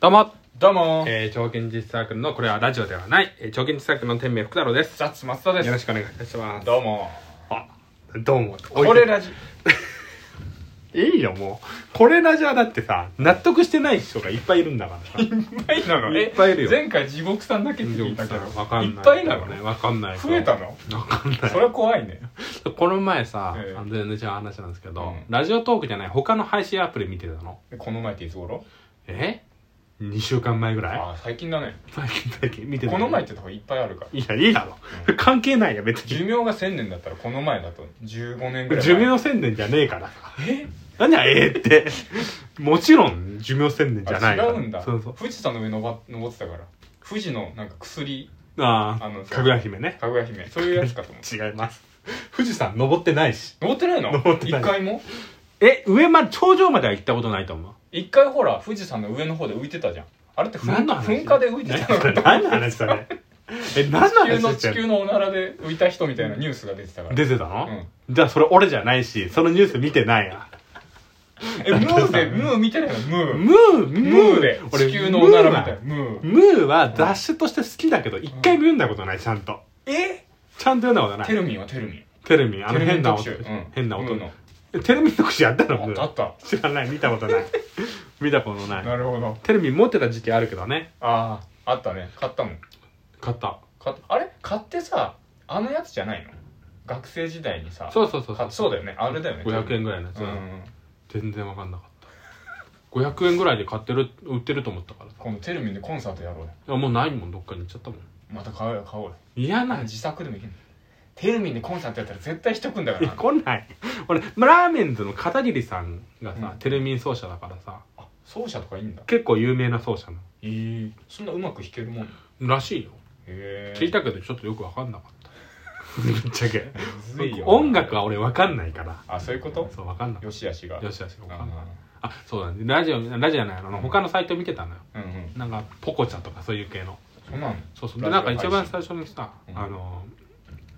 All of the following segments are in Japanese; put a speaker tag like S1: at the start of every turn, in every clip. S1: どうも、
S2: どうも
S1: えー、超現実サークルの、これはラジオではない、えー、超現実サークルの天命福太郎です。
S2: ザッツ松田です
S1: よろしくお願いいたします。
S2: どうも
S1: あ、どうも。
S2: これラジ
S1: いいよ、もう。これラジオはだってさ、納得してない人がいっぱいいるんだからさ。
S2: いっぱいなの
S1: いっぱいいるよ
S2: 前回地獄さんだけって聞いたけど
S1: わかんない。
S2: っぱいなのね
S1: わかんない。
S2: 増えたの
S1: わかんない。
S2: それは怖いね
S1: この前さ、
S2: ええ
S1: あの全然違う話なんですけど、
S2: うん
S1: ラジオトークじゃない他の配信アプリ見てたの
S2: この前っていつ頃
S1: え2週間前ぐらい
S2: ああ最近だね
S1: 最近最近見てた
S2: この前ってとこいっぱいあるから
S1: いやいいだろ、関係ないよ別に
S2: 寿命が1000年だったらこの前だと15年ぐら い
S1: 寿命宣伝じゃねえから
S2: え
S1: なんじゃええってもちろん寿命宣伝じゃ
S2: あ
S1: ない
S2: 違
S1: から
S2: うんだ
S1: そうそう
S2: 富士山の上登登ってたから富士のなんか薬
S1: あ
S2: あの
S1: あかぐや姫ね
S2: かぐや姫そういうやつかと思 って
S1: 違います富士山登ってないし
S2: 登ってないの
S1: 登ってない
S2: 一回も
S1: え上まで頂上までは行ったことないと思う
S2: 一回ほら富士山の上の方で浮いてたじゃんあれって噴
S1: 何の話
S2: 噴火で浮いてたのかと
S1: 何の話それえ 何の
S2: 地球
S1: 話
S2: の
S1: して
S2: 地
S1: んの
S2: 球のおならで浮いた人みたいなニュースが出てたから
S1: 出てたの、じゃあそれ俺じゃないしそのニュース見てないや
S2: えムーでムー見てないのムー
S1: ムーム
S2: ムーで
S1: 俺
S2: 地球のおならみたいな
S1: ム
S2: ムー
S1: ーはムーは雑誌として好きだけど一回も読んだことないちゃんと
S2: え
S1: ちゃんと読んだことな
S2: テ
S1: い
S2: ルミンはテルミン
S1: テレビあの
S2: テルミ
S1: 変
S2: ン
S1: な
S2: 特
S1: 音
S2: 集うん
S1: 変な音
S2: ムーの
S1: えテレビ特集やったのム
S2: あ
S1: ー
S2: あった
S1: 知らない見たことない見たことない
S2: なるほど
S1: テレビ持ってた時期あるけどね
S2: あああったね買ったもん
S1: 買った
S2: 買っあれ買ってさあのやつじゃないの学生時代にさ
S1: そうそうそう
S2: 買っ
S1: そ
S2: そう
S1: う
S2: だよねあれだよね
S1: 500円ぐらいのやつ、
S2: うん
S1: 全然わかんなかった500円ぐらいで買ってる売ってると思ったから
S2: 今度テルミンでコンサートやろうよ
S1: いやもうないもんどっかに行っちゃったもん
S2: また買おうよ買おうよ
S1: 嫌な
S2: 自作でもいけんのテルミンでコンサートやったら絶対人来んだからな
S1: 来ない俺ラーメンズの片桐さんがさ、
S2: うん
S1: テレミン奏者だからさ
S2: あ奏者とかいいんだ
S1: 結構有名な奏者な
S2: ええそんなうまく弾けるもんへ
S1: のらしいよ
S2: え
S1: 聞いたけどちょっとよく分かんなかったぶっちゃけ
S2: むずいよな
S1: 音楽は俺分かんないから
S2: あそういうこと
S1: そう分かんない
S2: よしあしが
S1: よしよし分かんない
S2: うん
S1: あそうだねラジオラジオじゃないあの他のサイト見てたのよ
S2: うん
S1: なんかポコチャとかそういう系の
S2: そんなの
S1: そうそうで
S2: ラジオ
S1: なんか一番最初にさ、
S2: うん
S1: あの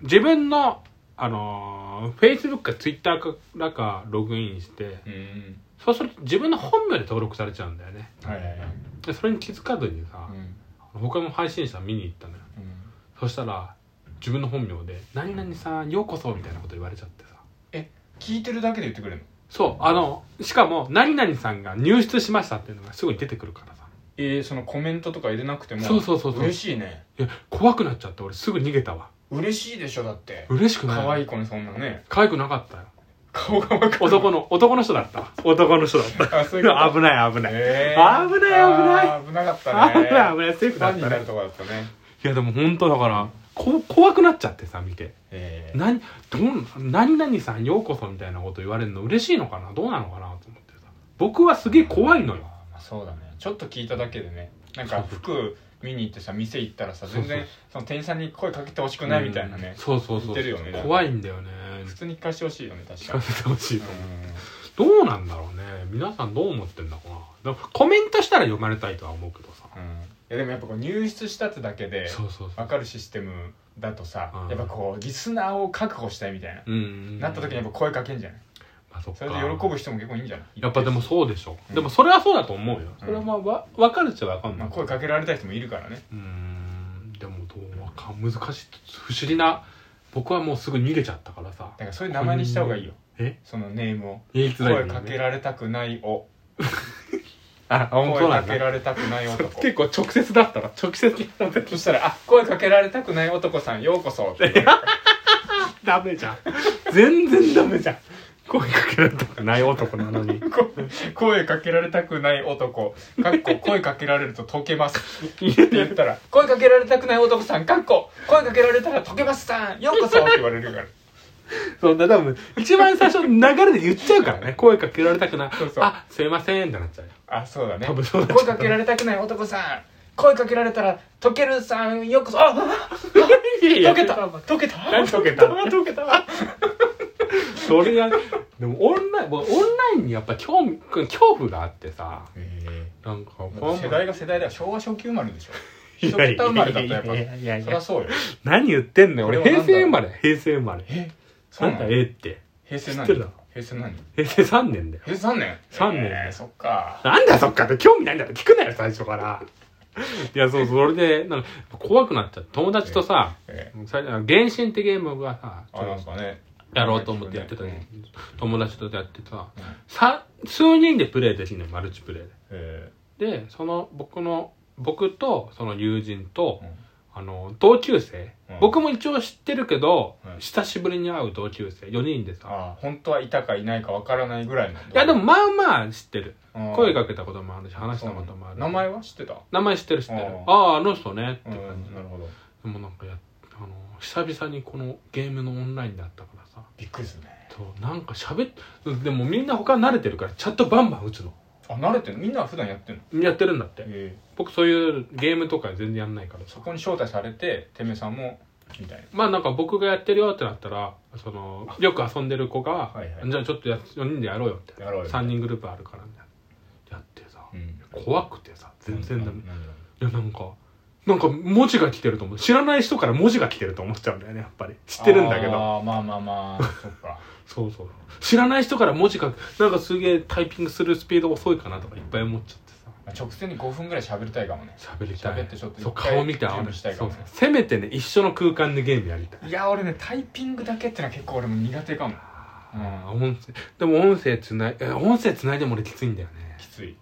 S1: 自分のあのフェイスブックかツイッターかなんかログインして
S2: うん
S1: そうすると自分の本名で登録されちゃうんだよね
S2: はいはいはい
S1: でそれに気づかずにさ
S2: う、ん
S1: 他の配信者見に行ったのよ
S2: うん
S1: そしたら自分の本名で「何々さんようこそ」みたいなこと言われちゃってさ
S2: 聞いてるだけで言ってくれるの
S1: そうあのしかも「何々さんが入室しました」っていうのがすぐに出てくるからさ
S2: えーそのコメントとか入れなくても
S1: そうそうそうそう
S2: 嬉しいね
S1: いや怖くなっちゃって俺すぐ逃げたわ
S2: 嬉しいでしょだって
S1: 嬉しくない
S2: 可愛
S1: い
S2: い子にそんなね
S1: 可愛くなかったよ
S2: 顔がわかる
S1: 男の男の人だったわ男の人だった
S2: あそういうこと
S1: 危ない危ない、
S2: えー
S1: 危ない危ない
S2: あー危なかっ
S1: 危
S2: たね
S1: ない危ないセーフ
S2: フ
S1: だ
S2: ァ
S1: っ
S2: ンに
S1: た
S2: なる
S1: ね
S2: とこだったね
S1: いやでも本当だからこ怖くなっちゃってさ見て
S2: えー
S1: 何どん何々さんようこそみたいなこと言われるの嬉しいのかなどうなのかなと思ってさ僕はすげえ怖いのよ
S2: まあそうだねちょっと聞いただけでねなんか服見に行ってさ店行ったらさ全
S1: そ
S2: 然その店員さんに声かけてほしくないみたいなね
S1: うんそうそうそう
S2: 似てるよね
S1: 怖いんだよね
S2: 普通に聞かせてほしいよね確
S1: 聞か
S2: か
S1: せてほしい
S2: にうん
S1: どうなんだろうね皆さんどう思ってんだかなでもコメントしたら読まれたいとは思うけどさ
S2: うんいやでもやっぱこう入室したってだけで
S1: そうそうそう
S2: 分かるシステムだとさ、
S1: うん
S2: やっぱこうリスナーを確保したいみたいな、
S1: うんうん
S2: なった時にやっぱ声かけんじゃない
S1: まあそっ
S2: そ
S1: か
S2: れで喜ぶ人も結構いいんじゃない
S1: やっぱでも
S2: 一定
S1: そうでしょ、
S2: うん
S1: でもそれはそうだと思うよ、
S2: う
S1: そ
S2: ん
S1: れはまあわ分かるっちゃ分か
S2: 数
S1: んな
S2: ま
S1: い、
S2: あ、声かけられた人もいるからね
S1: うーんでもどうか難しい不思議な僕はもうすぐ逃げちゃったからさ
S2: だからそういう名前にした方がいいよ
S1: え
S2: そのネームを
S1: 言いづらい
S2: 声
S1: んだよ
S2: か
S1: ね
S2: けられたくないを
S1: あ本
S2: 声
S1: 当な
S2: か
S1: ん
S2: け
S1: だ
S2: られたくない男
S1: 結構直接だったら直接だったら
S2: そしたら「あ声かけられたくない男さんようこそ」って 言われる
S1: ダメじゃん全然ダメじゃん声かけられたくない男なのに
S2: 声かけられたくない男かっこ声かけられると溶けますって言ったら「声かけられたくない男さんかっこ声かけられたら溶けますさんようこそ」って言われるから
S1: そんな多分一番最初の流れで言っちゃうからね声かけられたくない
S2: そうそう
S1: あすいませんってなっちゃうよ
S2: あそうだね
S1: 多分そうなっちゃっ
S2: 声
S1: た
S2: かけられたくない男さん声かけられたら溶けるさんようこそあああ溶けた溶けた
S1: 何溶けた
S2: 溶けた
S1: それがでもオンライン僕オンラインにやっぱ興味恐怖があってさなんか
S2: 世代が世代だよ昭和初級生まれでしょ
S1: い
S2: 一
S1: やいや
S2: 桁生まれだったらやっぱ
S1: いやいやいや
S2: そりゃそうよ
S1: 何言ってんのよ俺
S2: これ
S1: 平
S2: は
S1: 成
S2: 何だろ
S1: 生
S2: う
S1: まれ平成生まれ
S2: えそ
S1: な
S2: うんな
S1: だ
S2: の
S1: えって
S2: 平成
S1: 知
S2: な
S1: っ
S2: ん
S1: てるだろ
S2: 平成何
S1: 平成3年だよ
S2: 平成3年
S1: 三年
S2: えーそっか
S1: なんだよそっかって興味ないんだって聞くなよ最初から いやそうそれでなんか怖くなっちゃって友達とさ
S2: え
S1: 最初あの原神ってゲームがさ
S2: ーあなんすかね
S1: やろうと思ってやってたね、友達とやってさ
S2: うん
S1: さ数人でプレイできるのマルチプレイ
S2: え
S1: ででその僕の僕とその友人と、
S2: うん
S1: あの同級生、
S2: うん
S1: 僕も一応知ってるけど、
S2: うん
S1: 久しぶりに会う同級生4人で
S2: ー
S1: さ
S2: あー本当はいたかいないかわからないぐらいの
S1: いやでもまあまあ知ってる
S2: うん
S1: 声かけたこともあるし話し
S2: そう
S1: た
S2: な
S1: こ
S2: ん
S1: と
S2: だ
S1: もある
S2: 名前は知ってた
S1: 名前知ってる知ってる
S2: うん
S1: あああの人ねって
S2: うん
S1: 感じ、
S2: なるほど
S1: でもなんかやあの久々にこのゲームのオンラインだったからさ
S2: びっくりするね
S1: そうなんか喋ってでもみんな他慣れてるからチャットバンバン打つの
S2: あ慣れてるみんなは普段やってんの
S1: やってるんだって
S2: え
S1: 僕そういうゲームとか全然やんないから
S2: ー
S1: さ
S2: そこに招待されててめさんもみたい
S1: まあなんか僕がやってるよってなったらそのよく遊んでる子が、
S2: はいはい
S1: じゃあちょっとや4人でやろうよって
S2: なやろうよ
S1: 3人グループあるからみたいなやってさ
S2: うん
S1: 怖くてさ全然ダメ
S2: なんなんだ
S1: いやなんかなんか文字が来てると思う知らない人から文字が来てると思っちゃうんだよねやっぱり知ってるんだけど
S2: あーまあまあまあそっか
S1: そうそう知らない人から文字書くなんかすげえタイピングするスピード遅いかなとかいっぱい思っちゃってさ
S2: 直線に5分ぐらい喋りたいかもね
S1: 喋りたい
S2: 喋ってちょっと
S1: そう
S2: 一回
S1: 顔見て合わ
S2: 準
S1: ない
S2: 備し
S1: そ
S2: た
S1: う
S2: い
S1: そ
S2: かも
S1: う
S2: ね
S1: せめてね一緒の空間でゲームやりたい
S2: いや俺ねタイピングだけってのは結構俺も苦手かも
S1: あ
S2: うん
S1: 音声でも音声つないえ音声つないでも俺きついんだよね
S2: きつい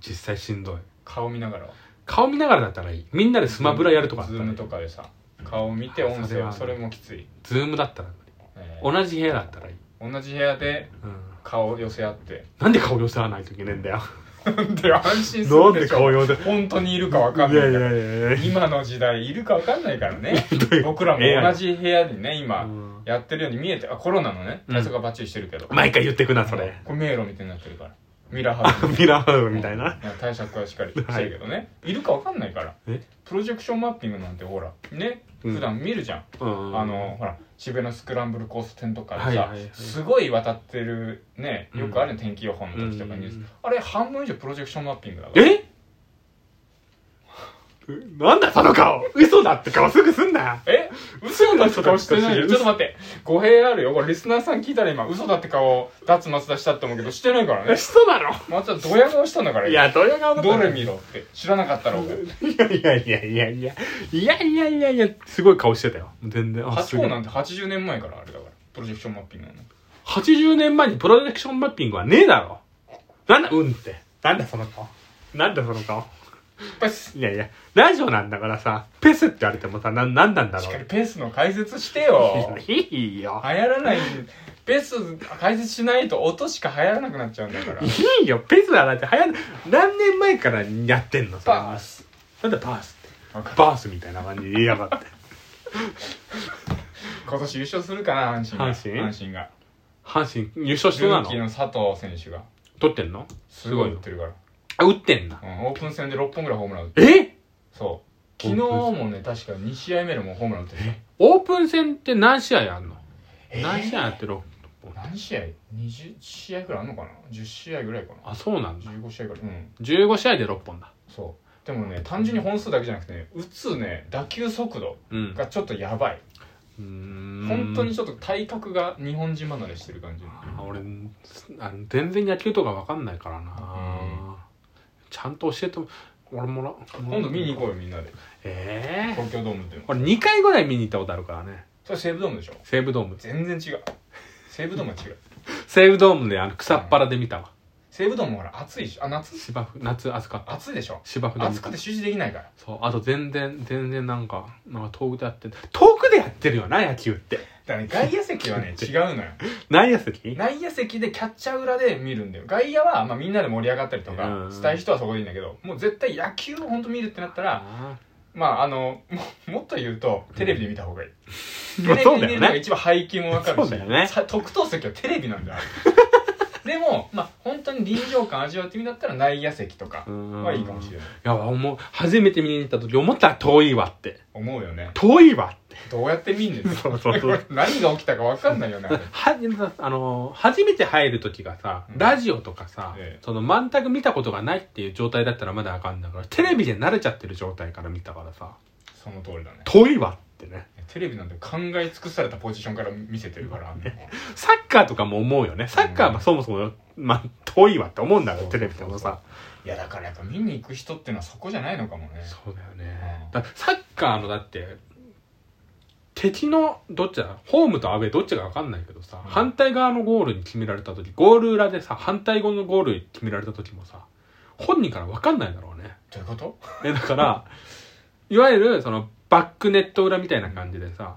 S1: 実際しんどい
S2: 顔見ながら
S1: 顔見ながらだったらいいみんなでスマブラやるとかあった
S2: ズ
S1: ら
S2: ー
S1: い
S2: ム
S1: い
S2: とかでさ顔見て音
S1: それ
S2: 声
S1: は
S2: をそれもきつい
S1: ズームだったら無理
S2: えー
S1: 同じ部屋だったらいい、
S2: 同じ部屋で
S1: うん、
S2: 顔寄せ 合って
S1: なんで顔寄せ合わないといけねえんだよ
S2: で安心す
S1: な
S2: る
S1: んで
S2: でし
S1: 顔
S2: ょ
S1: 寄せ
S2: 本当にいるかわかん
S1: い
S2: な
S1: や
S2: い
S1: い
S2: か
S1: や
S2: ら
S1: いやいや
S2: 今の時代いるかわかんないから ね僕らも同じ部屋でね
S1: う
S2: 今
S1: ん
S2: やってるように見えてあコロナのね対策がバッチリしてるけど
S1: 毎回言ってくなそれ
S2: これ迷路みたいになってるからミラー ハウス
S1: ミラーハウみたいな
S2: まあ対策はしっかりしてるけどね、い、るかわかんないから
S1: え
S2: プロジェクションマッピングなんてほらね
S1: うん
S2: 普段見るじゃん、
S1: うん
S2: あのほら渋谷のスクランブル交差点とかでさ、
S1: はいはいはい
S2: すごい渡ってるねよくある、
S1: う
S2: 天気予報の時とかニュース、
S1: うん
S2: あれ半分以上プロジェクションマッピングだから
S1: えなんだその顔嘘だって顔すぐすんな
S2: え嘘だって顔してないよ
S1: 嘘
S2: ちょっと待って語弊あるよこれリスナーさん聞いたら今嘘だって顔脱松田したって思うけどしてないからね
S1: 嘘だろ
S2: 松田ドヤ顔したんだから
S1: いやどういう顔だった
S2: ど
S1: の
S2: れ見ろって知らなかったろうが
S1: いやいやいやいやいやいやいやいやいやすごい顔してたよ全然
S2: 八
S1: ご
S2: 方
S1: い
S2: なんて80年前からあれだからプロジェクションマッピングなの
S1: 80年前にプロジェクションマッピングはねえだろなんだうんってなんだその顔なんだその顔
S2: ペス
S1: いやいやラジオなんだからさペスって言われてもさななんなんだ
S2: しっ
S1: ろ
S2: かり
S1: う
S2: ペースの解説してよ
S1: いいよ
S2: 流行らないペース解説しないと音しか流行らなくなっちゃうんだから
S1: いいよペスだなんてはや何年前からやってんのそれ
S2: バース
S1: なんだバースって
S2: わ かる
S1: バースみたいな感じで言いやがって
S2: 今年優勝するかな阪神が
S1: 阪神
S2: が
S1: 阪神優勝しそう
S2: ル
S1: な
S2: ー
S1: の
S2: キーの佐藤選手が
S1: 取ってんの
S2: すごい打ってるから、
S1: あ打ってんだ
S2: うん、オープン戦で6本ぐらいホームラン打って
S1: え
S2: そう昨日もね確か2試合目でもうホームラン打ってる
S1: オープン戦って何試合あんの
S2: えー
S1: 何試合あってろ
S2: 何試合20試合ぐらいあんのかな10試合ぐらいかな
S1: あそうなんだ
S2: 15試合ぐらいうん
S1: 15試合で6本だ
S2: そうでもね単純に本数だけじゃなくてね打つね打球速度
S1: うん
S2: がちょっとやばい本
S1: 本
S2: 当にちょっと体格が日本人離れしてる感じ
S1: あ俺あの全然野球とか分かんないからな、
S2: うん
S1: ちゃんと教えても俺もら
S2: 今度見に行
S1: う
S2: こうよみんなで
S1: ええ
S2: 東京ドームでも
S1: 俺2回ぐらい見に行ったことあるからね
S2: それ西武ドームでしょ
S1: 西武ドーム
S2: 全然違う西武ドームは違う
S1: 西武ドームであの草っ腹で見たわ
S2: 西武ドームはほら暑いしあ夏
S1: 芝生夏暑かった
S2: 暑いでしょ
S1: 芝生で見
S2: 暑
S1: た
S2: くて集中できないから
S1: そうあと全然全然なんかなんか遠くでやって遠くでやってるよな野球って
S2: だからね外野席は ね違うのよ
S1: 内野席
S2: 内野席でキャッチャー裏で見るんだよ外野は、まあ、みんなで盛り上がったりと
S1: う
S2: か
S1: ん
S2: したい人はそこでいいんだけどもう絶対野球を本当見るってなったら
S1: あ
S2: まああのももっと言うとテレビで見た方がいい、
S1: ー
S2: テ
S1: まあ
S2: レ
S1: そう
S2: ビで
S1: だよ
S2: 見るのが
S1: ね
S2: 一番配球もわかる
S1: そう
S2: し、
S1: だよね
S2: さ特等席はテレビなんだよでもまあ本当に臨場感味わってみだったら内野席とか
S1: うん
S2: はいいかもしれない
S1: いや思う初めて見に行った時思ったら遠いわって
S2: 思うよね
S1: 遠いわ って
S2: どうやって見んねん
S1: そうそう
S2: こ
S1: そう
S2: れ 何が起きたかわかんないよねあれ
S1: はあの初めて入る時がさ、
S2: うん
S1: ラジオとかさ、
S2: ええ
S1: その全く見たことがないっていう状態だったらまだわかんないからテレビで慣れちゃってる状態から見たからさ
S2: その通りだね
S1: 遠いわってってね
S2: テレビなんて考え尽くされたポジションから見せて るから、
S1: サッカーとかも思うよねサッカーはそもそも、まあ、遠いわって思うんだよ
S2: そう
S1: テレビでもさ
S2: いやだからやっぱ見に行く人ってのはそこじゃないのかもね
S1: そうだよ
S2: う
S1: ね
S2: ん
S1: だサッカーのだって敵のどっちだホームとアウェーどっちか分かんないけどさ、
S2: うん
S1: 反対側のゴールに決められた時ゴール裏でさ反対側のゴールに決められた時もさ本人から分かんないだろうね
S2: どういうこと
S1: えだからいわゆるそのバックネット裏みたいな感じでさ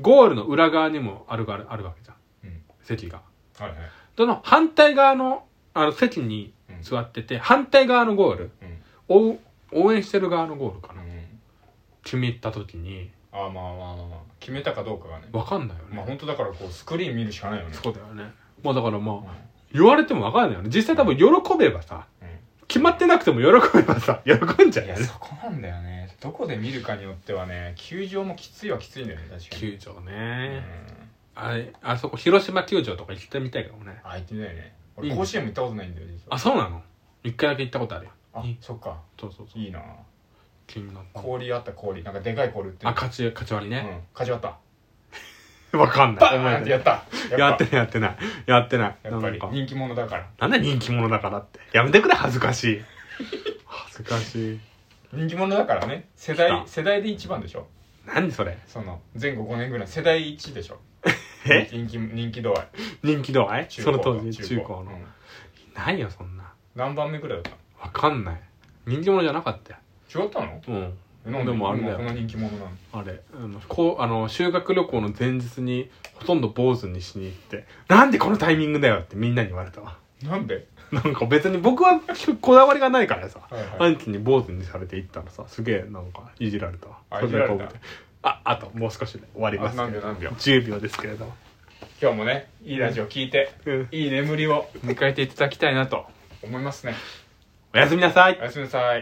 S1: ゴールの裏側にもあるがあるわけじゃん
S2: うん
S1: 席が
S2: はいはい
S1: その反対側のあの席に
S2: うん
S1: 座ってて反対側のゴール
S2: うん
S1: 応応援してる側のゴールか
S2: う
S1: なん決めた時に
S2: ああまあまあまあまあ決めたかどうかがね
S1: 分かんないよね、
S2: まあ本当だからこうスクリーン見るしかないよね
S1: そうだよねまあだから
S2: う
S1: ま
S2: ん
S1: あ言われても分かんないよね実際多分喜べばさ
S2: うん
S1: 決まってなくても喜べばさ 喜んじゃう
S2: い
S1: よ
S2: や
S1: ね
S2: そこなんだよねどこで見るかによってはね球場もきついはきついんだよね確かに
S1: 球場
S2: うん
S1: ね、あれあそこ広島球場とか行ってみたいかもね
S2: あ行ってみたいね
S1: いい
S2: 俺
S1: ね
S2: 甲子園も行ったことないんだよ実
S1: あ
S2: は
S1: そうなの一回だけ行ったことあるよ
S2: あ
S1: いい
S2: そっか
S1: そうそうそう
S2: いいな
S1: 気になった
S2: 氷あった氷なんかでかい氷売ってる
S1: あ勝ち勝ち割り
S2: う
S1: ね、
S2: ん勝ち割った
S1: 分かんない
S2: バーンってやった
S1: や
S2: や
S1: っ
S2: って
S1: ないやってないやってない
S2: たやっぱり
S1: なんか
S2: 人気者だから
S1: なんで人気者だからって。やめてくれ、恥ずかしい。恥ずかしい。
S2: 人気者だからね世
S1: 来
S2: 代
S1: た
S2: 世代で一番でしょ
S1: 何それ
S2: その前後5年ぐらい世代一でしょ
S1: え
S2: 人気人気度合い
S1: 人気度合い
S2: 中
S1: そ
S2: 高
S1: の
S2: の
S1: 当時、中高
S2: う
S1: の。
S2: ん
S1: ないよ、そんな。
S2: 何番目くらいだっ
S1: わかんない。人気者じゃなかったよ。
S2: た違ったの
S1: うん。
S2: なん
S1: でもあれだよ
S2: こんな人気者なの
S1: あれ、あの、こう、あの、修学旅行の前日に、ほとんど坊主にしに行って、なんでこのタイミングだよってみんなに言われたわ。
S2: なんで、
S1: なんか別に僕はこだわりがないからさ、
S2: はい
S1: ア
S2: はい、
S1: ンチに坊主にされて行ったらさ、すげえなんかいじられたわ。
S2: あ
S1: そだけ
S2: いじられた
S1: 覚えてるあ、あともう少しで終わりますけれど
S2: あ何秒何秒
S1: 10秒ですけれども。
S2: 今日もねいいラジオ聞いて
S1: うん
S2: いい眠りを
S1: 迎えていただきたいなと。
S2: 思いますね
S1: おやすみなさい
S2: お。やすみなさい